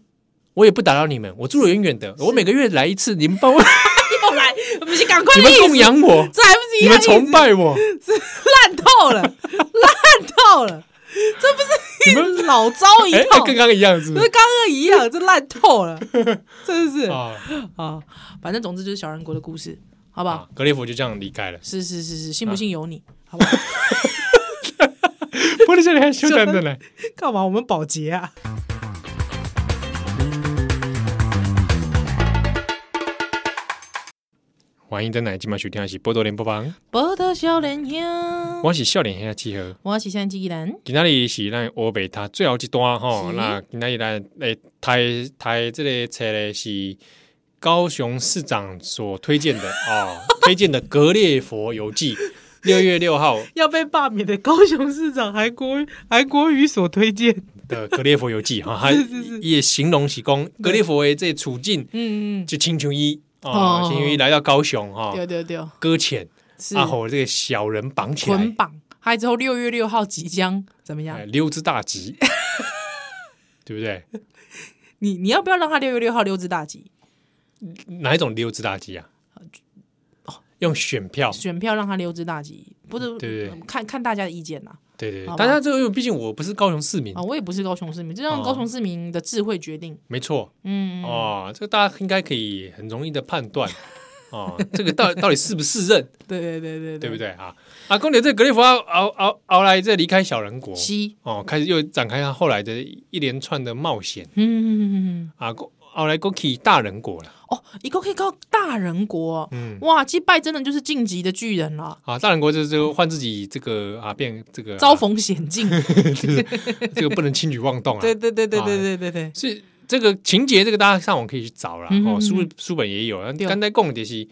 B: 我也不打扰你们，我住得远远的，我每个月来一次，你们 帮我，
A: 又来，我们先赶快
B: 你们
A: 意思
B: 供，养我，
A: 这还不是一
B: 你
A: 样
B: 们
A: 意思
B: 崇拜 我，
A: 烂透了，烂透了，
B: 你们
A: 老招一
B: 哎，
A: 套，
B: 跟刚刚一样是不
A: 跟
B: 是？
A: 刚刚一样，这烂透了，真的是啊
B: 啊
A: 反正总之就是小人国的故事，好不好？
B: 啊，格列佛就这样离 开了。
A: 是是是是，信不信由你，好不好？
B: 不是这里还修蛋的呢，
A: 干嘛？我们保洁啊？
B: 欢迎登来今晚收听的是《波多连播帮》，
A: 波特小人兄，
B: 我是笑脸黑集合。
A: 我是相机人，
B: 今仔日是咱欧北他最后一段吼，
A: 是
B: 那今仔日咱诶台台这个册咧是高雄市长所推荐的哦，推荐的《格列佛游记》，六月六号
A: 要被罢免的高雄市长韩国 韩国瑜所推荐，
B: 的《格列佛游 记》哈，他也形容是讲格列佛的这个处境
A: 嗯嗯，嗯
B: 就亲像伊
A: 哦
B: 哦，亲像伊来到高雄哈，
A: 对对对，
B: 搁浅
A: 是
B: 啊，吼这个小人绑起
A: 捆
B: 来，
A: 绑，还之后六月六号即将怎么样
B: 哎？溜之大吉， 对不对？
A: 你你要不要让他六月六号溜之大吉？
B: 哪一种溜之大吉啊？用选票，
A: 选票让他溜之大吉，不是
B: 对
A: 嗯看看大家的意见呐。
B: 对对
A: 好
B: 对，
A: 吧
B: 大家这个，因为毕竟我不是高雄市民
A: 啊，，我也不是高雄市民，这让
B: 嗯哦
A: 高雄市民的智慧决定。
B: 没错
A: 嗯，
B: 哦，这个大家应该可以很容易的判断哦， 这个到到底是不是任，
A: 对对对对
B: 对不
A: 对？
B: 对啊？啊，公牛这格列佛奥熬熬熬来这离开小人国
A: 西，
B: 哦，开始又展开他后来的一连串的冒险
A: 嗯，
B: 啊，熬来 g o k 大人国了，
A: 哦，一个可以告大人国，哦
B: 嗯
A: 哇，击败真的就是晋级的巨人了，
B: 啊，大人国就是这个换自己这个啊变这个啊
A: 遭逢险 境。
B: 这个不能轻举妄动啊，
A: 对对对对对对对对，
B: 是这个情节，这个大家上网可以去找啦。
A: 嗯哼
B: 哦，书
A: 嗯
B: 书本也有。啊
A: 对
B: 刚才讲的就是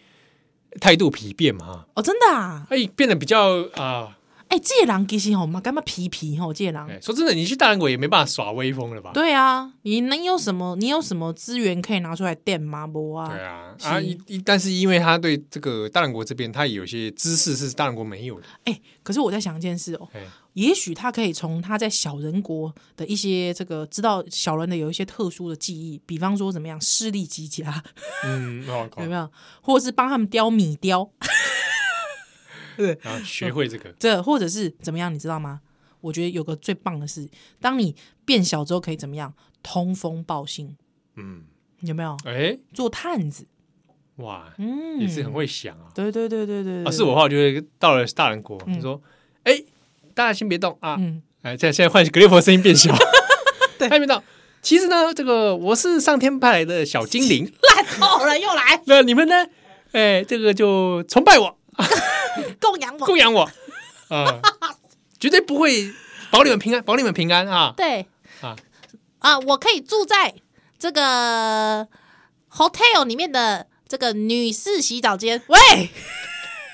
B: 态度疲变嘛，
A: 哦，真的啊，
B: 哎，变得比较啊、
A: 哎，这个人其实吼嘛，干嘛皮皮吼，这个人。
B: 哎说真的，你去大人国也没办法耍威风了吧？
A: 对啊，你能有什么？你有什么资源可以拿出来垫吗？不啊，
B: 对啊，
A: 是
B: 啊，一一但是因为他对这个大人国这边，他有些知识是大人国没有的。
A: 哎、可是我在想一件事哦，
B: 哎，
A: 也许他可以从他在小人国的一些这个知道小人的有一些特殊的记忆，比方说怎么样视力极佳，
B: 嗯，哦，
A: 有
B: 哦
A: 没有？或者是帮他们雕米雕，
B: 然后啊学会这个，
A: 这或者是怎么样，你知道吗？我觉得有个最棒的是，当你变小之后可以怎么样？通风报信，
B: 嗯，
A: 有没有？
B: 哎，
A: 做探子，
B: 哇，
A: 嗯，
B: 也是很会想啊。
A: 对对对对对对，
B: 啊，是我的话，我就会到了大人国，
A: 嗯
B: 你说，哎，大家先别动啊，
A: 嗯，
B: 哎，现在现在换格列佛声音 变小，
A: 对
B: 还没到。其实呢，这个我是上天派来的小精 灵，
A: 好了又来
B: 那你们呢？哎，这个就崇拜我，
A: 供养我，
B: 供 养我，啊、绝对不会保你们平安，保你们平安啊！
C: 对
B: 啊
C: 啊，我可以住在这个 hotel 里面的这个女士洗澡间。
A: 喂，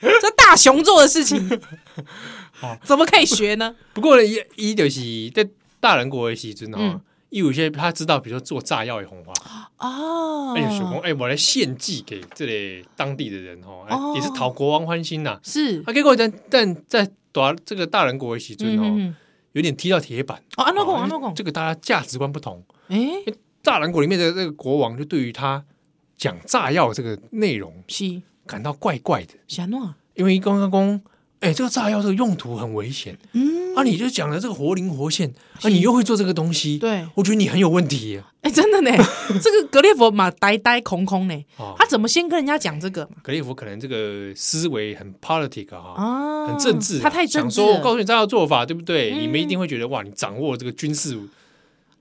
A: 这大熊做的事情
B: 好，
A: 怎么可以学呢？
B: 不过呢，一一就是在大人国的时阵哦
A: 嗯，
B: 伊、有些他知道，比如说做炸药的红花，
A: 哦，
B: 哎、手工哎，我来献祭给这里当地的人哦，哎
A: 哦
B: 也是讨国王欢心呐、
A: 是，
B: 啊，结果但但在打这个大人国的时阵
A: 嗯
B: 哦，
A: 嗯嗯，
B: 有点踢到铁板。
A: 哦，安诺贡，
B: 哦
A: 安诺贡，
B: 这个大家价值观不同。
A: 哎，
B: 大蓝国里面的那个国王就对于他讲炸药这个内容
A: 是
B: 感到怪怪的，
A: 是安诺，啊
B: 因为刚刚公，哎，这个炸药这个用途很危险，
A: 嗯，
B: 啊，你就讲了这个活灵活现，
A: 是
B: 啊，你又会做这个东西，
A: 对
B: 我觉得你很有问题啊耶
A: 哎，真 的呢，这个格列佛嘛，呆呆空空呢，
B: 啊。
A: 他怎么先跟人家讲这个嘛？
B: 格列佛可能这个思维很 politic 哈、
A: 啊，
B: 很政治啊，
A: 他太政
B: 想
A: 治
B: 说我告
A: 了。
B: 诉你炸药做法对不对？
A: 嗯
B: 你们一定会觉得哇，你掌握这个军事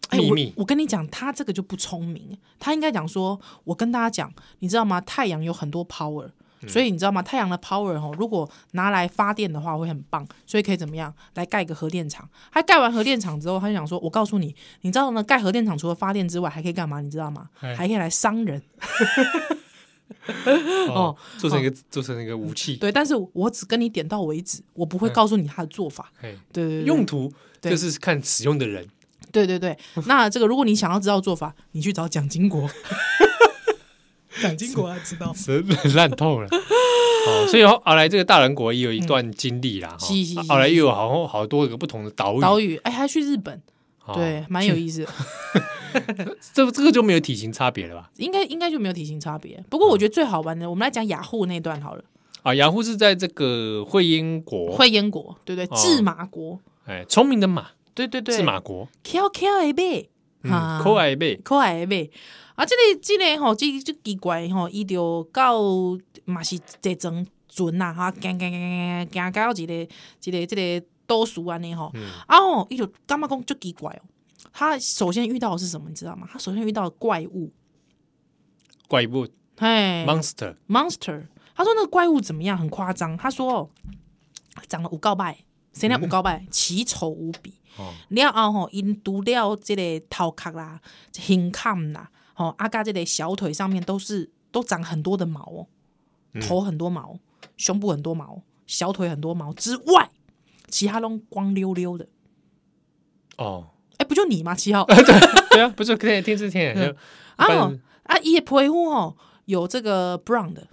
A: 哎，
B: 秘
A: 我
B: 密，
A: 我跟你讲，他这个就不聪明，他应该讲说，我跟大家讲，你知道吗？太阳有很多 power，所
B: 嗯
A: 以你知道吗？太阳的 power 哦，如果拿来发电的话会很棒，所以可以怎么样？来盖个核电厂。他盖完核电厂之后，他就想说，我告诉你，你知道呢，盖核电厂除了发电之外，还可以干嘛？你知道吗？
B: 哎
A: 还可以来伤人。哎
B: 哦，做成一个做成一个武器，
A: 对，但是我只跟你点到为止，我不会告诉你他的做法。
B: 嘿
A: 对对对，
B: 用途
A: 对
B: 就是看使用的人，
A: 对对对。那这个，如果你想要知道做法，你去找蒋经国。蒋经国要知道，
B: 真的烂透了。 哦，所以后来这个大人国也有一段经历啦，
A: 是是
B: 哈
A: 是
B: 后来又有好好多个不同的岛屿，
A: 岛屿哎，还去日本，
B: 哦，
A: 对，蛮有意思 的。
B: 这这个就没有体型差别了吧？
A: 应该应该就没有体型差别。不过我觉得最好玩的，我们来讲雅虎那段好了。
B: 啊，雅虎是在这个惠英国，
A: 会燕国，对不对？
B: 哦
A: 制马国，
B: 哎，聪明的马，
A: 对对对，
B: 是马国，
A: ，Q Q 的贝，
B: 嗯，可爱贝，
A: 可爱的呗。啊，这个这个吼，这这奇怪吼，伊就到嘛是坐船船呐，哈，行行行行行到一个一个这个岛屿安尼吼，
B: 嗯
A: 啊吼，伊就感觉讲就奇怪哦。他首先遇到的是什么，你知道吗？他首先遇到的怪物，
B: 怪物
A: 嘿
B: monster，
A: monster。他说那个怪物怎么样？很夸张。他说哦长得有告白，谁呢？有告白，奇丑无比。
B: 哦，
A: 了后吼，因除了这个头壳啦、胸坎啦，吼啊，加这个小腿上面都是都长很多的毛哦，头很多毛，胸部很多毛，小腿很多毛之外，其他都光溜溜的。
B: 哦，
A: 哎、不就你吗？七号
B: 对啊，不是天天之天眼，
A: 啊
B: 一般
A: 吼啊，伊的皮肤吼有这个 brown 的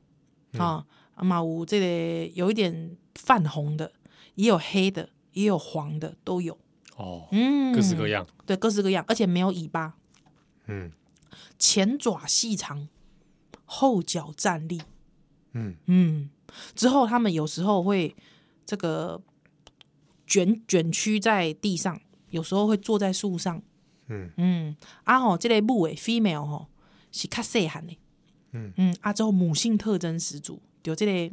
B: 嗯
A: 啊，啊嘛有这个有一点泛红的，也有黑的，也有黄的，都有。
B: 哦，
A: 嗯，
B: 各式各，样，
A: 对，各式各样，而且没有尾巴。
B: 嗯
A: 前爪细长，后脚站立。
B: 嗯，
A: 嗯，之后他们有时候会这个卷卷曲在地上，有时候会坐在树上。
B: 嗯
A: 嗯，啊吼，这类母诶，female 吼是较细汉的。
B: 嗯
A: 嗯，啊之后母性特征十足，有这类、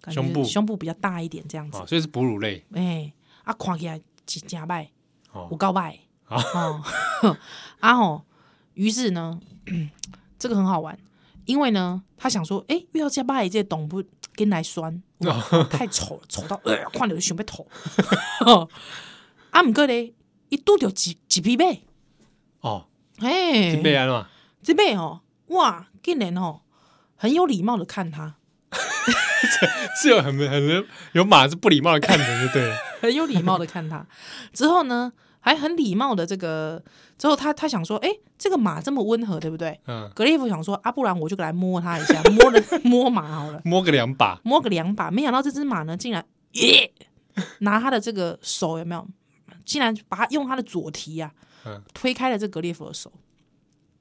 A: 感觉
B: 胸部
A: 胸部比较大一点这样子
B: 哦，。所以是哺乳类，
A: 哎、啊看起来是真歹。有
B: 哦，
A: 告白
B: 啊
A: 哦， 啊吼，于是呢， 这个很好玩，因为呢，他想说，诶，遇到加拜这懂不跟来 酸，哇太丑了，丑到呃，看了就想要吐。 啊，毋过咧，伊拄着一一匹马，
B: 哦，
A: 嘿，
B: 贝安嘛，
A: 这马吼，哇，竟然吼很有礼貌的看他，
B: 是有很很有马是不礼貌的看人，就对了，
A: 很有礼貌的看他。之后呢，还很礼貌的这个，之后他他想说，诶，这个马这么温和，对不对？
B: 嗯，
A: 格列佛想说啊，不然我就给来摸它一下，摸了摸马好了，
B: 摸个两把，
A: 摸个两把，没想到这只马呢，竟然耶，拿他的这个手有没有，竟然把它用它的左蹄啊，
B: 嗯
A: 推开了这格列佛的手，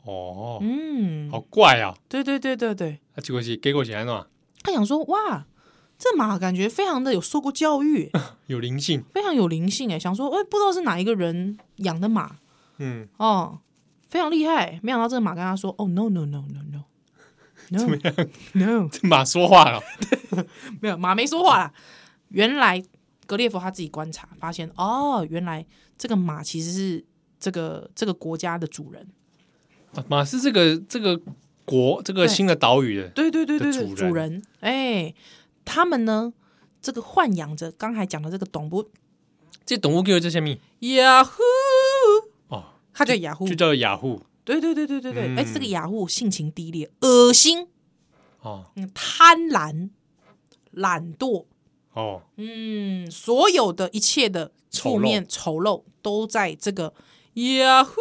B: 哦，
A: 嗯，
B: 好怪啊，
A: 对对对对对，
B: 啊，结果是结果是安怎？
A: 他想说哇，这马感觉非常的有受过教育，
B: 有灵性，
A: 非常有灵性哎，想说哎、不知道是哪一个人养的马
B: 嗯，
A: 哦，非常厉害，没想到这个马跟他说哦 no no no no no no no。
B: 这马说话了，
A: 没有马没说话啦。原来格列佛他自己观察发现，哦，原来这个马其实是这个这个国家的主人。
B: 啊 马是这个这个国这个
A: 对
B: 新的岛屿的，
A: 对对对对
B: 的
A: 对，
B: 主人
A: 主人。哎、他们呢，这个豢养着刚才讲的这个董不
B: 这动物叫做什么？
A: 雅虎，
B: 哦，
A: 他叫雅虎
B: 就。叫雅虎，
A: 对对对对对对，
B: 嗯
A: 哎、这个雅虎性情低劣、恶心、
B: 哦
A: 嗯贪婪、懒惰，
B: 哦，
A: 嗯，所有的一切的
B: 丑
A: 负
B: 陋
A: 面丑陋都在这个 Yahoo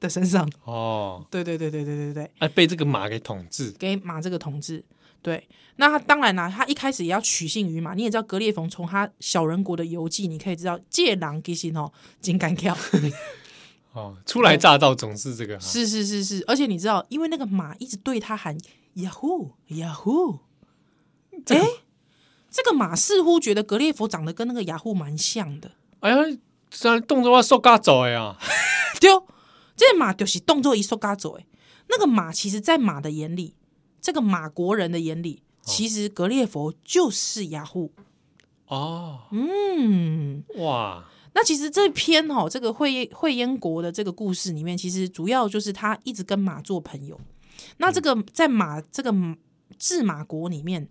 A: 的身上。
B: 哦，
A: 对对对对对对对，
B: 啊，被这个马给统治，
A: 给马这个同志。对，那他当然啦、他一开始也要取信于马。你也知道，格列冯从他小人国的游记，你可以知道，借狼给心哦，金干 跳，
B: 哦，初来乍到总是这个，
A: 是是是是。而且你知道，因为那个马一直对他喊 Yahoo Yahoo，哎、诶这个马似乎觉得格列佛长得跟那个雅虎蛮像的，
B: 哎呀，这样动作话受嘎走哎呀，
A: 对哦，这个马就是动作一缩嘎走诶。欸那个马其实，在马的眼里，这个马国人的眼里，其实格列佛就是雅虎。
B: 哦，
A: 嗯，
B: 哇，
A: 那其实这篇哈、这个会会燕国的这个故事里面，其实主要就是他一直跟马做朋友。那这个在马这个治马国里面，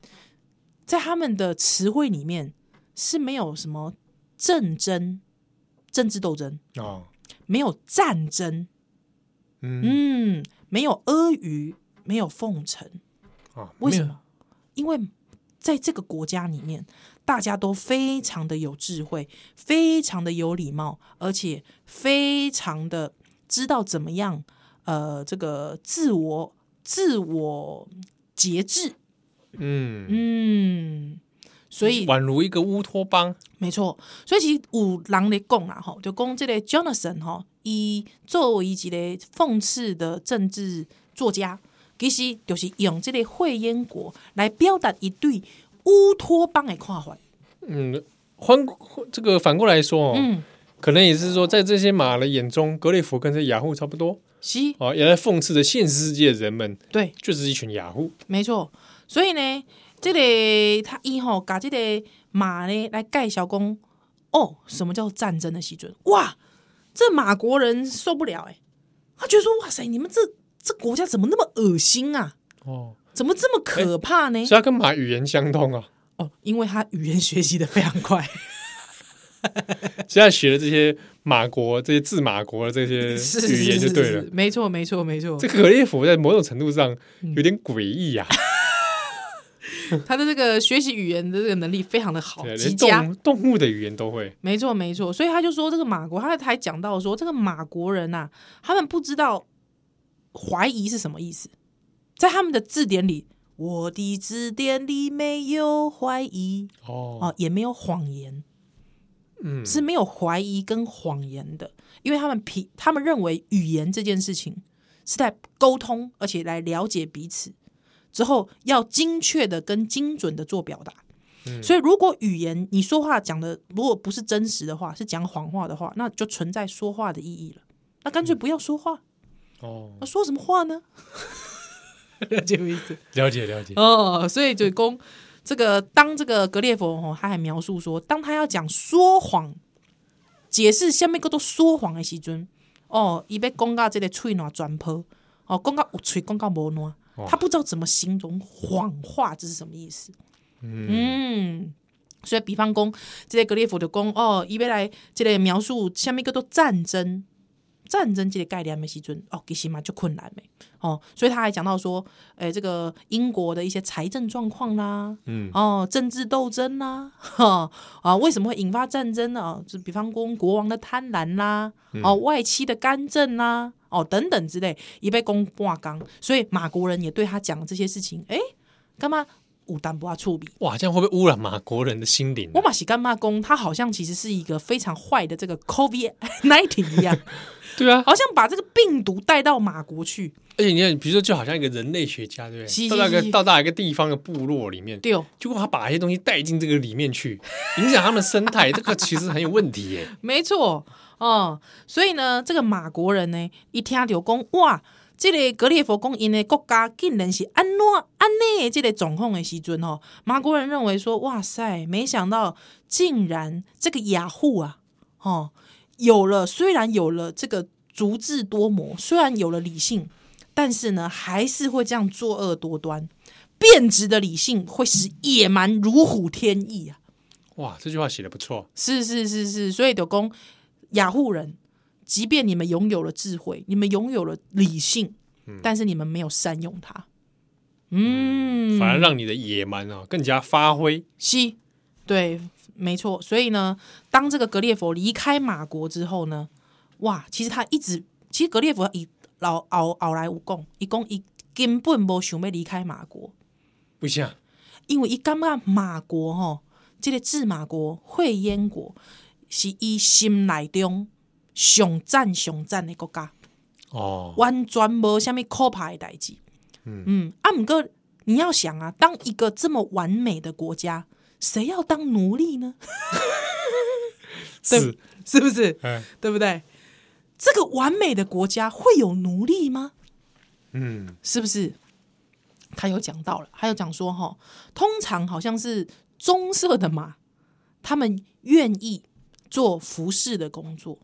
A: 在他们的词汇里面是没有什么政争、政治斗争，
B: 哦，
A: 没有战争，
B: 嗯，
A: 嗯，没有阿谀，没有奉承，
B: 啊，
A: 为什
B: 没有
A: 么？因为在这个国家里面，大家都非常的有智慧，非常的有礼貌，而且非常的知道怎么样呃，这个自我自我节制。
B: 嗯，
A: 嗯，所以
B: 宛如一个乌托邦，
A: 没错，所以其实有人咧讲啦吼，就讲这个 Jonathan 吼，伊作为一个讽刺的政治作家，其实就是用这个惠烟国来表达一对乌托邦的看法。
B: 嗯，换这个反过来说哦，
A: 嗯，
B: 可能也是说，在这些马的眼中，格列佛跟这雅虎差不多
A: 是，
B: 啊，也在讽刺着现实世界的人们
A: 对，
B: 就是一群雅虎，
A: 没错。所以呢，这个他伊吼，把这个马呢来介绍讲，哦，什么叫战争的时准？哇，这马国人受不了哎、他觉得说，哇塞，你们这这国家怎么那么恶心啊？
B: 哦，
A: 怎么这么
B: 哎
A: 可怕呢？
B: 所以它跟马语言相通啊，
A: 哦，因为他语言学习的非常快，
B: 所以他学了这些马国、这些自马国的这些嗯语言就对了。
A: 没错，没错，没错
B: 这。格列佛在某种程度上
A: 嗯
B: 有点诡异啊，
A: 他的这个学习语言的这个能力非常的好
B: 对，
A: 哦极
B: 连
A: 佳。
B: 动动物的语言都会。
A: 没错，没错。所以他就说，这个马国，他还讲到说，这个马国人呐、他们不知道怀疑是什么意思，在他们的字典里，我的字典里没有怀疑
B: 哦，
A: 哦，也没有谎言。
B: 嗯，
A: 是没有怀疑跟谎言的，因为他们平他们认为语言这件事情是在沟通，而且来了解彼此之后，要精确的跟精准的做表达。
B: 嗯
A: 所以，如果语言你说话讲的如果不是真实的话，是讲谎话的话，那就存在说话的意义了。那干脆
B: 嗯
A: 不要说话，
B: 哦
A: 那，说什么话呢？了解我意思？
B: 了解了解。
A: 哦，所以就公这个当这个格列佛哦，他还描述说，当他要讲说谎，解释下面叫做说谎的时阵，哦，伊被讲到这个喙暖转坡，哦，讲到有喙，讲到无暖
B: 哇，
A: 他不知道怎么形容谎话这是什么意思。
B: 嗯，
A: 嗯，所以比方讲，这个格列佛就讲哦，伊要来这个描述下面叫做战争，战争这个概念的时阵，哦，其实嘛就困难的哦，所以他还讲到说，诶、这个英国的一些财政状况啦，
B: 嗯，
A: 哦，政治斗争啦， 哈啊，为什么会引发战争呢？哦就比方说国王的贪婪啦，哦，外戚的干政啦，哦，等等之类，一被公挂纲，所以马国人也对他讲这些事情，诶、干嘛有淡薄啊触笔？
B: 哇，这样会不会污染马国人的心灵啊
A: 我？马西干妈公，他好像其实是一个非常坏的这个 COVID nineteen 一样，
B: 对啊，
A: 好像把这个病毒带到马国去。
B: 而且你看，比如说，就好像一个人类学家，对不
A: 是
B: 对？到那
A: 是
B: 个到达一个地方的部落里面，
A: 对哦，
B: 结果他把一些东西带进这个里面去， 影响他们生态，这个其实很有问题 耶。
A: 没错哦。所以呢，这个马国人呢，一听就讲哇，这个格列佛公因的国家竟然是安诺安内的这个状况的时阵哦，马国人认为说哇塞，没想到竟然这个雅虎啊，哦，有了虽然有了这个足智多谋，虽然有了理性，但是呢，还是会这样作恶多端。变质的理性会使野蛮如虎添翼啊！
B: 哇，这句话写的不错，
A: 是是是是，所以就讲雅虎人，即便你们拥有了智慧，你们拥有了理性，但是你们没有善用它。嗯，
B: 反而让你的野蛮啊更加发挥。
A: 是，对，没错。所以呢，当这个格列佛离开马国之后呢，哇，其实他一直，其实格列佛以老熬熬来无讲，伊讲伊根本无想要离开马国，
B: 不行啊，
A: 因为伊感觉马国吼，即、个治马国、会燕国是伊心内中上赞上赞的国家，
B: 哦，
A: 完全无虾物可怕的代志。嗯嗯，啊，毋过你要想啊，当一个这么完美的国家，谁要当奴隶呢？
B: 是，
A: 是不是？
B: 嗯
A: 对不对？这个完美的国家会有奴隶吗？
B: 嗯，
A: 是不是？他有讲到了，他有讲说哈，通常好像是棕色的马，他们愿意做服饰的工作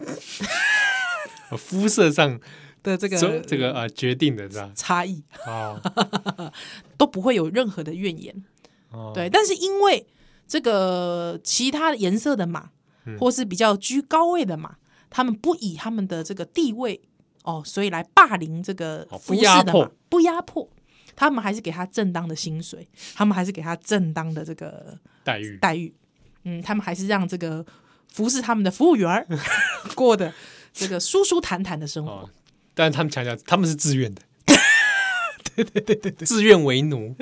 B: 呃肤色上
A: 的这
B: 这这个啊决定的是吧？
A: 差异，
B: 啊，
A: 都不会有任何的怨言。
B: 哦，
A: 对，但是因为这个其他的颜色的马，
B: 嗯
A: 或是比较居高位的马，他们不以他们的这个地位哦，所以来霸凌这个
B: 哦
A: 服
B: 不
A: 饰
B: 压
A: 的马
B: 迫，
A: 不压迫。他们还是给他正当的薪水，他们还是给他正当的这个
B: 待遇
A: 待遇，嗯，他们还是让这个服侍他们的服务员儿 过的这个舒舒坦坦的生活。
B: 哦。但是他们强调他们是自 愿的，对对对对自愿为奴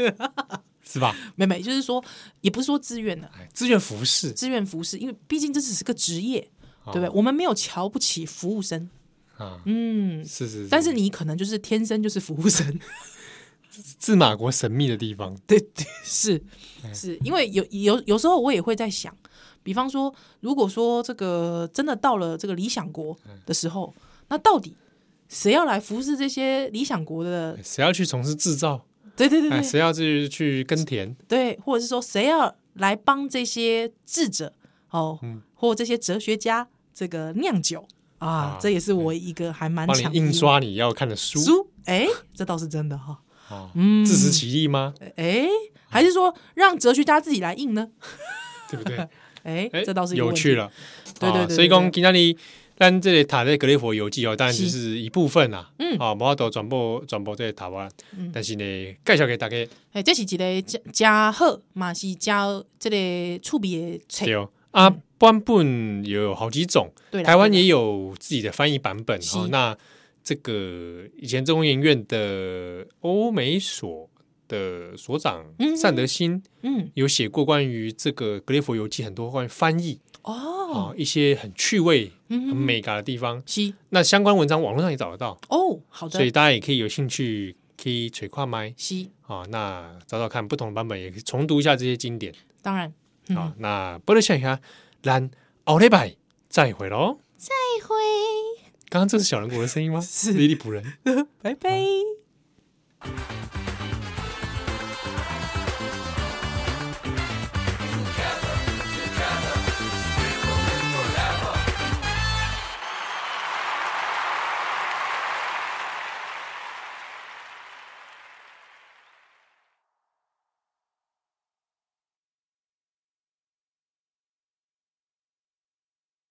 B: 是吧？
A: 妹妹就是说，也不是说自愿的，
B: 哎自愿服侍，
A: 自愿服侍，因为毕竟这只是个职业，
B: 哦
A: 对不对？我们没有瞧不起服务生，
B: 啊，
A: 嗯，
B: 是是，
A: 但是你可能就是天生就是服务生，
B: 自马国神秘的地方，
A: 对对，是
B: 哎
A: 是，因为有有有时候我也会在想，比方说，如果说这个真的到了这个理想国
B: 嗯
A: 的时候，那到底谁要来服侍这些理想国的？
B: 谁要去从事制造？
A: 对对对
B: 哎，
A: 对
B: 谁要去去耕田？
A: 对，或者是说谁要来帮这些智者哦，
B: 嗯
A: 或这些哲学家这个酿酒啊
B: 啊？
A: 这也是我一个还蛮
B: 帮
A: 强
B: 你印
A: 的
B: 刷你要看的书
A: 书，哎，这倒是真的哈、
B: 啊，
A: 嗯
B: 自食其力吗？
A: 哎，还是说让哲学家自己来印呢？
B: 对 不对？
A: 哎
B: 哎，，
A: 这倒是一个
B: 有
A: 问
B: 趣
A: 题。
B: 了。
A: 对对
B: 啊
A: 对
B: 所
A: 对
B: 以讲
A: 对
B: 今天你咱这里塔在格列佛游记哦，当然就是一部分啦。
A: 嗯
B: 啊，无法度传播传播这个台湾
A: 嗯，
B: 但是呢，介绍给大家
A: 哎，这是一个加加好，嘛是加这个趣味的册
B: 对，哦啊，
A: 嗯
B: 版本有好几种，
A: 对啦，
B: 台湾
A: 对啦
B: 也有自己的翻译版本
A: 是
B: 哦。那这个以前中研院的欧美所的所长
A: 嗯
B: 单德兴
A: 嗯
B: 有写过关于这个《格列佛游记》很多关于翻译
A: 哦
B: 啊，一些很趣味、
A: 嗯
B: 很
A: 哼
B: 美感的地方。
A: 是
B: 那相关文章网络上也找得到，
A: 哦，好的
B: 所以大家也可以有兴趣可以垂跨麦
A: 是
B: 啊，那找找看不同的版本，也可以重读一下这些经典
A: 当然嗯。
B: 啊那波多想一下，咱奥利拜再会喽。
C: 再会。
B: 刚刚这是小人国的声音吗？是莉莉仆人。
A: 拜拜。